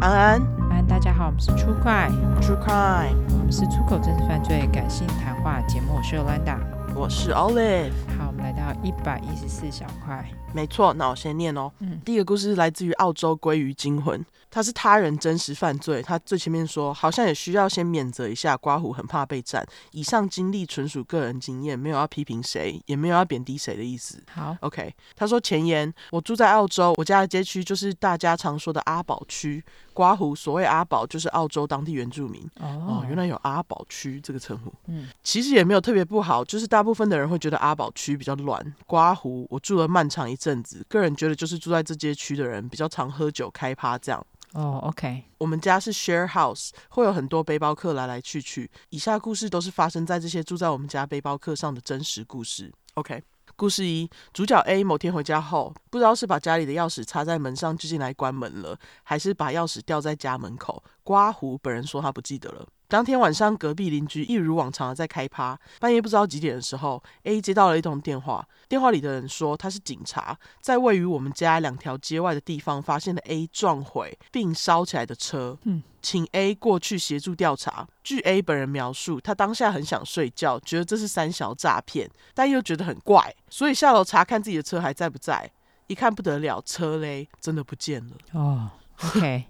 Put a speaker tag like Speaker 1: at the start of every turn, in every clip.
Speaker 1: 安安
Speaker 2: 安，大家好，我们是出快，
Speaker 1: ，True Crime，
Speaker 2: 我们是出口真实犯罪感性谈话节目，我是 Yolanda。
Speaker 1: 我是 Olive。
Speaker 2: 好，我们来到一百一十四小块，
Speaker 1: 没错，那我先念哦。
Speaker 2: 嗯
Speaker 1: 第一个故事来自于澳洲鲑鱼惊魂，它是他人真实犯罪。他最前面说，好像也需要先免责一下，刮胡很怕被占。以上经历纯属个人经验，没有要批评谁，也没有要贬低谁的意思。
Speaker 2: 好，
Speaker 1: OK，他说前言，我住在澳洲，我家的街区就是大家常说的阿宝区。刮胡，所谓阿宝就是澳洲当地原住民。哦
Speaker 2: 哦，，
Speaker 1: 原来有阿宝区这个称呼，
Speaker 2: 嗯
Speaker 1: 其实也没有特别不好，就是大部分的人会觉得阿宝区比较乱。刮胡，我住了漫长一阵子，个人觉得就是住在这街区的人比较常喝酒开趴这样。
Speaker 2: 哦，OK，
Speaker 1: 我们家是 share house，会有很多背包客来来去去。以下故事都是发生在这些住在我们家背包客上的真实故事。OK，故事一：主角 A 某天回家后，不知道是把家里的钥匙插在门上就进来关门了，还是把钥匙掉在家门口。刮胡本人说他不记得了。当天晚上，隔壁邻居一如往常的在开趴。半夜不知道几点的时候，A 接到了一通电话，电话里的人说他是警察，在位于我们家两条街外的地方发现了 A 撞毁并烧起来的车，
Speaker 2: 嗯
Speaker 1: 请 A 过去协助调查。据 A 本人描述，他当下很想睡觉，觉得这是三小诈骗，但又觉得很怪，所以下楼查看自己的车还在不在。一看不得了，车嘞真的不见了。
Speaker 2: 哦，OK，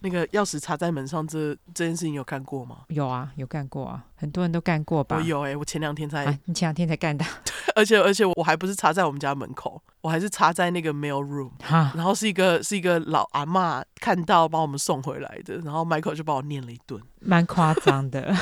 Speaker 1: 那个钥匙插在门上这这件事情，你有看过吗？
Speaker 2: 有啊，有干过啊，很多人都干过吧？
Speaker 1: 我有哎、我前两天才，
Speaker 2: 啊，你前两天才干的，
Speaker 1: 而且而且我还不是插在我们家门口，我还是插在那个 mail room。
Speaker 2: 哈，
Speaker 1: 然后是一个是一个老阿嬷看到把我们送回来的，然后 Michael 就把我念了一顿。
Speaker 2: 蛮夸 张的，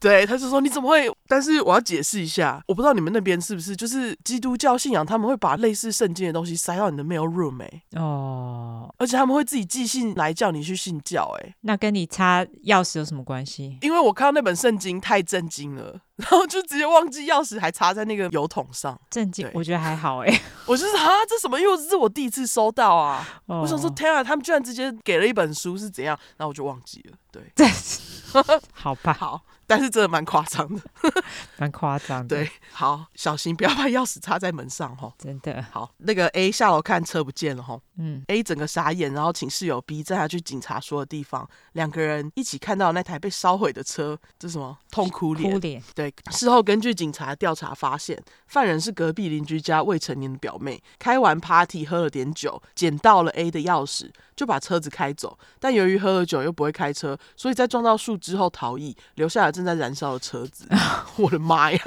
Speaker 1: 对，他就说你怎么会？但是我要解释一下，我不知道你们那边是不是就是基督教信仰，他们会把类似圣经的东西塞到你的 mail room 哎、
Speaker 2: 哦，
Speaker 1: 而且他们会自己寄信来叫你去信教哎、
Speaker 2: 那跟你插钥匙有什么关系？
Speaker 1: 因为我看到那本圣经太震惊了，然后就直接忘记钥匙还插在那个油桶上，
Speaker 2: 震惊
Speaker 1: 对，
Speaker 2: 我觉得还好哎、
Speaker 1: 我就是啊这什么？因为这是我第一次收到啊，
Speaker 2: 哦
Speaker 1: 我想说天啊，他们居然直接给了一本书是怎样？然后我就忘记了，对。
Speaker 2: 这哦 好吧，
Speaker 1: 好，但是真的蛮夸张的。
Speaker 2: 蛮夸张的，
Speaker 1: 对，好，小心不要把钥匙插在门上哈。
Speaker 2: 真的，
Speaker 1: 好，那个 A 下楼看车不见了哈
Speaker 2: 嗯，
Speaker 1: ，A 整个傻眼，然后请室友 B 载他去警察说的地方，两个人一起看到那台被烧毁的车，这是什么痛哭脸
Speaker 2: 哭？脸，
Speaker 1: 对，事后根据警察调查发现，犯人是隔壁邻居家未成年的表妹，开完 party 喝了点酒，捡到了 A 的钥匙，就把车子开走。但由于喝了酒又不会开车，所以在撞到树之后逃逸，留下了正在燃烧的车子。我的妈呀！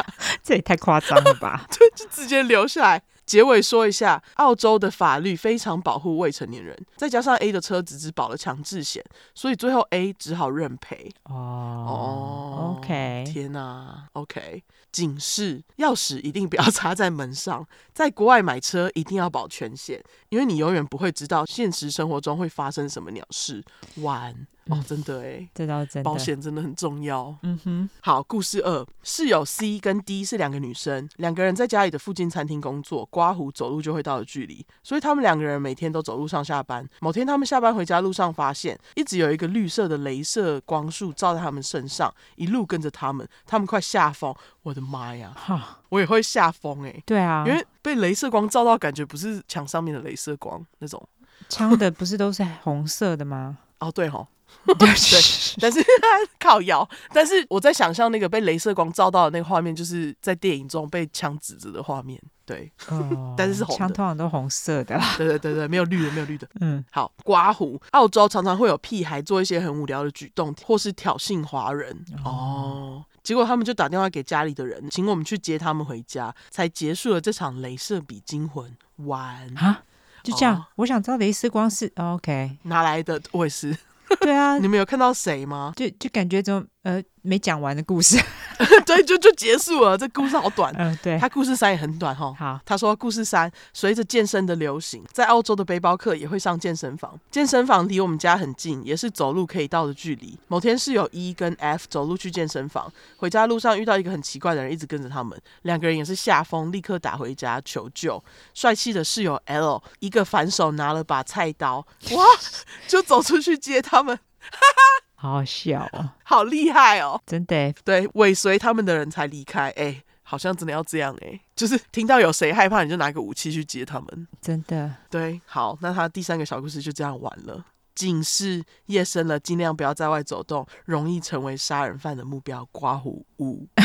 Speaker 2: 这也太夸张了 吧？
Speaker 1: 就直接留下来。结尾说一下，澳洲的法律非常保护未成年人，再加上 A 的车子只保了强制险，所以最后 A 只好认赔。
Speaker 2: 哦，OK，
Speaker 1: 天哪、o k 警示：钥匙一定不要插在门上，在国外买车一定要保全险，因为你永远不会知道现实生活中会发生什么鸟事。完
Speaker 2: 嗯
Speaker 1: 哦，真的哎，
Speaker 2: 这倒是真的。
Speaker 1: 保，险真的很重要。
Speaker 2: 嗯哼，
Speaker 1: 好，故事二，室友 C 跟 D 是两个女生，两个人在家里的附近餐厅工作，刮胡走路就会到的距离，所以她们两个人每天都走路上下班。某天，她们下班回家路上发现，一直有一个绿色的镭射光束照在她们身上，一路跟着她们，她们快吓疯！我的妈呀，
Speaker 2: 哈，
Speaker 1: 我也会吓疯诶、
Speaker 2: 对啊，
Speaker 1: 因为被镭射光照到，感觉不是墙上面的镭射光那种。
Speaker 2: 枪的不是都是红色的吗？
Speaker 1: 哦， 对吼，
Speaker 2: 对，
Speaker 1: 但是 靠摇，但是我在想象那个被镭射光照到的那个画面，就是在电影中被枪指着的画面。对，
Speaker 2: 哦
Speaker 1: 但是是红的
Speaker 2: 枪通常都红色的 啦。
Speaker 1: 对对对对，没有绿的，没有绿的。
Speaker 2: 嗯，
Speaker 1: 好，刮胡，澳洲常常会有屁孩做一些很无聊的举动，或是挑衅华人。哦。结果他们就打电话给家里的人，请我们去接他们回家，才结束了这场镭射笔惊魂。完，
Speaker 2: 啊，就这样
Speaker 1: 哦。
Speaker 2: 我想知道镭射光是哦 OK，
Speaker 1: 哪来的？我也是。
Speaker 2: 对 啊
Speaker 1: 你，们有看到谁吗？
Speaker 2: 就就感觉怎么呃没讲完的故事。
Speaker 1: 对，就就结束了。这故事好 短，
Speaker 2: 嗯，对，
Speaker 1: 他故事三也很短哈。
Speaker 2: 好，
Speaker 1: 他说，故事三，随着健身的流行，在澳洲的背包客也会上健身房。健身房离我们家很近，也是走路可以到的距离。某天室友 E 跟 F 走路去健身房，回家路上遇到一个很奇怪的人，一直跟着他们。两个人也是吓疯，立刻打回家求救。帅气的室友 L 一个反手拿了把菜刀，哇，就走出去接他们，
Speaker 2: 好好笑哦，
Speaker 1: 好厉害哦！
Speaker 2: 真的耶。
Speaker 1: 对，尾随他们的人才离开。哎、好像真的要这样哎、就是听到有谁害怕，你就拿个武器去接他们。
Speaker 2: 真的
Speaker 1: 对，好，那他第三个小故事就这样完了。警示夜深了，尽量不要在外走动，容易成为杀人犯的目标。刮胡五。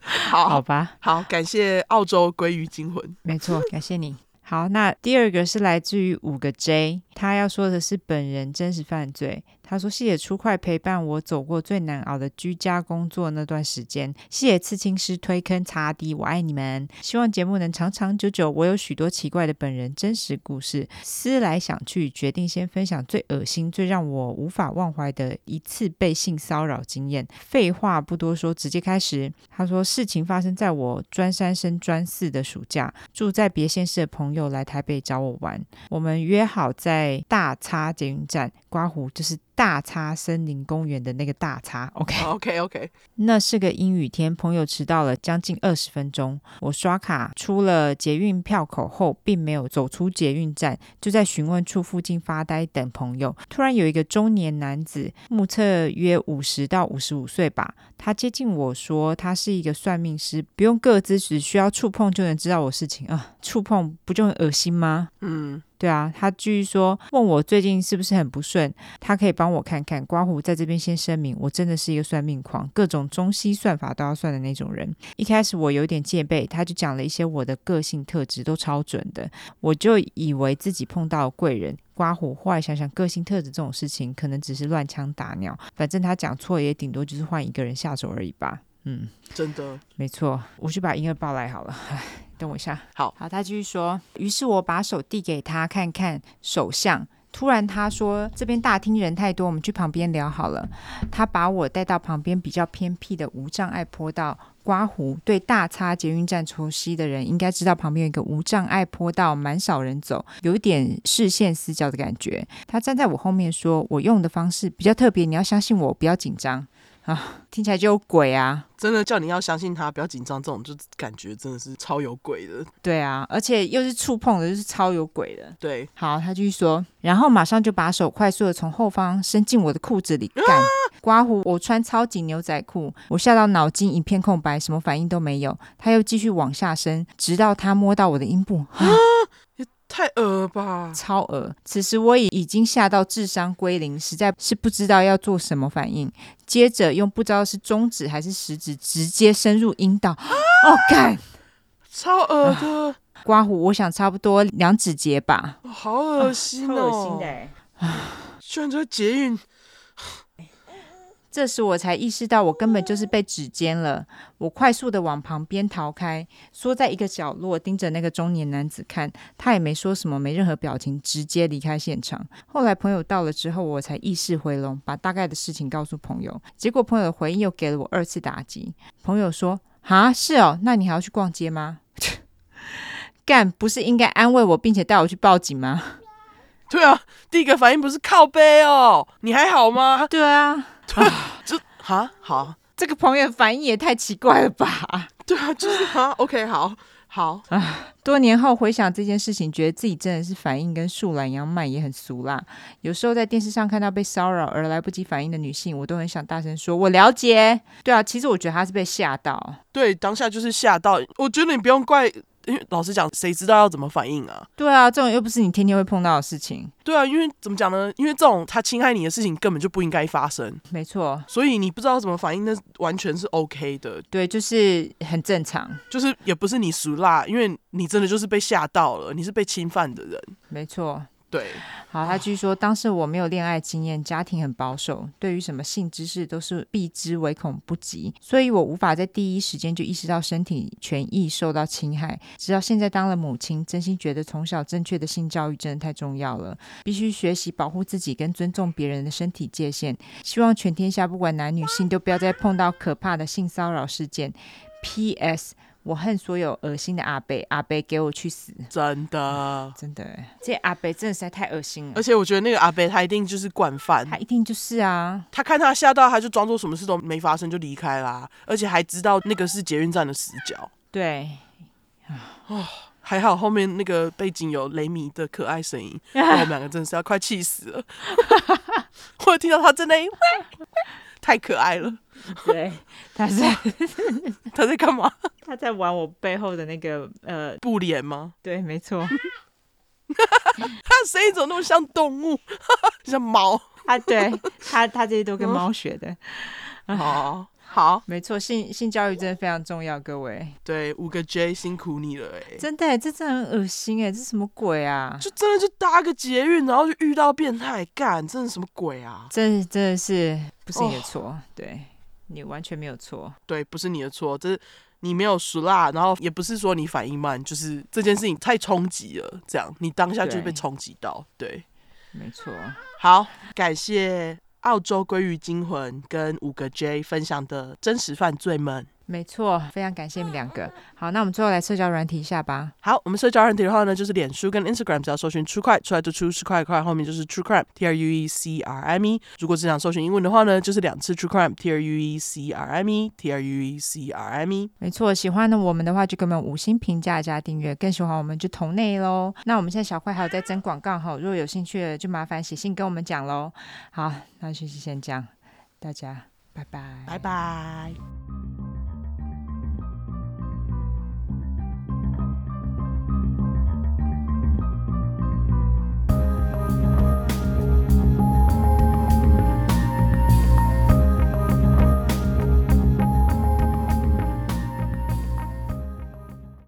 Speaker 2: 好
Speaker 1: 好
Speaker 2: 吧，
Speaker 1: 好，感谢澳洲鲑鱼惊魂。
Speaker 2: 没错，感谢你。好，那第二个是来自于五个 J，他要说的是本人真实犯罪。他说，细野出快陪伴我走过最难熬的居家工作那段时间，细野刺青师推坑擦地，我爱你们。希望节目能长长久久。我有许多奇怪的本人真实故事，思来想去，决定先分享最恶心、最让我无法忘怀的一次被性骚扰经验。废话不多说，直接开始。他说，事情发生在我专三升专四的暑假，住在别县市的朋友来台北找我玩，我们约好在大叉捷运站刮胡，就是大叉森林公园的那个大叉，OK。
Speaker 1: OK OK，
Speaker 2: 那是个阴雨天，朋友迟到了将近二十分钟。我刷卡出了捷运票口后，并没有走出捷运站，就在询问处附近发呆等朋友。突然有一个中年男子，目测约五十到五十五岁吧，他接近我说他是一个算命师，不用各自只需要触碰就能知道我事情啊、触碰不就很恶心吗？
Speaker 1: 嗯，
Speaker 2: 对啊，他继续说，问我最近是不是很不顺，他可以帮我看看。刮胡在这边先声明，我真的是一个算命狂，各种中西算法都要算的那种人。一开始我有点戒备，他就讲了一些我的个性特质都超准的，我就以为自己碰到贵人。刮胡，后来想想个性特质这种事情，可能只是乱枪打鸟，反正他讲错也顶多就是换一个人下手而已吧。嗯，
Speaker 1: 真的，
Speaker 2: 没错，我去把婴儿抱来好了。唉等我一下。
Speaker 1: 好
Speaker 2: 好，他继续说。于是我把手递给他看看手相。突然他说：“这边大厅人太多，我们去旁边聊好了。”他把我带到旁边比较偏僻的无障碍坡道。刮胡对大叉捷运站熟悉的人应该知道，旁边有一个无障碍坡道，蛮少人走，有一点视线死角的感觉。他站在我后面说：“我用的方式比较特别，你要相信我，不要紧张啊！”听起来就有鬼啊！
Speaker 1: 真的叫你要相信他，不要紧张，这种就感觉真的是超有鬼的。
Speaker 2: 对啊，而且又是触碰的，就是超有鬼的。
Speaker 1: 对，
Speaker 2: 好，他继续说，然后马上就把手快速的从后方伸进我的裤子里干。刮胡，我穿超级牛仔裤，我吓到脑筋一片空白，什么反应都没有。他又继续往下伸，直到他摸到我的阴部，啊
Speaker 1: 太恶了吧？
Speaker 2: 超额。此时我已已经吓到智商归零，实在是不知道要做什么反应。接着用不知道是中指还是食指直接深入阴道，哦，干！
Speaker 1: 超恶的，
Speaker 2: 刮胡，我想差不多两指节吧。
Speaker 1: 哦好恶心
Speaker 2: 超
Speaker 1: 哦！
Speaker 2: 恶心的、欸。
Speaker 1: 居然在捷运，
Speaker 2: 这时我才意识到，我根本就是被指尖了。我快速的往旁边逃开，缩在一个角落，盯着那个中年男子看。他也没说什么，没任何表情，直接离开现场。后来朋友到了之后，我才意识回笼，把大概的事情告诉朋友。结果朋友的回应又给了我二次打击。朋友说：“啊，是哦，那你还要去逛街吗？”干，不是应该安慰我，并且带我去报警吗？
Speaker 1: 对啊，第一个反应不是靠背哦，你还好吗？
Speaker 2: 对啊，
Speaker 1: 这哈好，
Speaker 2: 这个朋友反应也太奇怪了吧！
Speaker 1: 对啊，就是哈，OK，好好，
Speaker 2: 多年后回想这件事情，觉得自己真的是反应跟树懒一样慢，也很俗啦。有时候在电视上看到被骚扰而来不及反应的女性，我都很想大声说“我了解”。对啊，其实我觉得她是被吓到。
Speaker 1: 对，当下就是吓到，我觉得你不用怪，因为老实讲，谁知道要怎么反应啊？
Speaker 2: 对啊，这种又不是你天天会碰到的事情。
Speaker 1: 对啊，因为怎么讲呢？因为这种他侵害你的事情根本就不应该发生，
Speaker 2: 没错，
Speaker 1: 所以你不知道怎么反应，那完全是 OK 的，
Speaker 2: 对，就是很正常。
Speaker 1: 就是也不是你俗辣，因为你真的就是被吓到了，你是被侵犯的人，
Speaker 2: 没错。
Speaker 1: 对，
Speaker 2: 好，他继续说，当时我没有恋爱经验，家庭很保守，对于什么性知识都是避之唯恐不及，所以我无法在第一时间就意识到身体权益受到侵害。直到现在当了母亲，真心觉得从小正确的性教育真的太重要了，必须学习保护自己跟尊重别人的身体界限。希望全天下不管男女性都不要再碰到可怕的性骚扰事件。P.S. 我恨所有恶心的阿伯，阿伯给我去死！
Speaker 1: 真的。
Speaker 2: 真的欸，这阿伯真的实在太恶心了
Speaker 1: 而。且我觉得那个阿贝他一定就是惯犯，
Speaker 2: 他一定就是啊，
Speaker 1: 他看他吓到，他就装作什么事都没发生就离开啦，而且还知道那个是捷运站的死角。
Speaker 2: 对，
Speaker 1: 还好后面那个背景有雷米的可爱声音，那我们两个真的是要快气死了。我有听到他在那里，太可爱了。
Speaker 2: 对，他 在
Speaker 1: 他在干嘛？
Speaker 2: 他在玩我背后的那个呃，
Speaker 1: 布帘吗？
Speaker 2: 对，没错。
Speaker 1: 他声音怎么那么像动物， 像猫？
Speaker 2: 啊，对他他这些都跟猫学的，
Speaker 1: 哦，好，
Speaker 2: 没错，性性教育真的非常重要，各位，
Speaker 1: 对，五个 J 辛苦你了、欸，
Speaker 2: 真的耶，这真的很恶心哎，这什么鬼啊？
Speaker 1: 就真的就搭个捷运，然后就遇到变态，干，真的什么鬼啊？
Speaker 2: 这真的是不是你的错，对你完全没有错，
Speaker 1: 对，不是你的错，这是你没有熟辣，然后也不是说你反应慢，就是这件事情太冲击了，这样你当下就被
Speaker 2: 对
Speaker 1: 冲击到。对，
Speaker 2: 没错，
Speaker 1: 好，感谢澳洲鲑鱼惊魂跟五个 J 分享的真实犯罪们。
Speaker 2: 没错，非常感谢你们两个。好，那我们最后来社交软体一下吧。
Speaker 1: 好，我们社交软体的话呢，就是脸书跟 Instagram，只要搜寻 True Crime，出来就出 True Crime，快后面就是 True Crime，T R U E C R I M E。如果只想搜寻英文的话呢，就是两次 True Crime，T R U E C R I M E，T R U E C R I M E。
Speaker 2: 没错，喜欢的我们的话就给我们五星评价加订阅，更喜欢我们就投内喽。那我们现在小块还有在征广告哈，如果有兴趣的就麻烦写信跟我们讲喽。好，那就先这样，大家拜拜，
Speaker 1: 拜拜。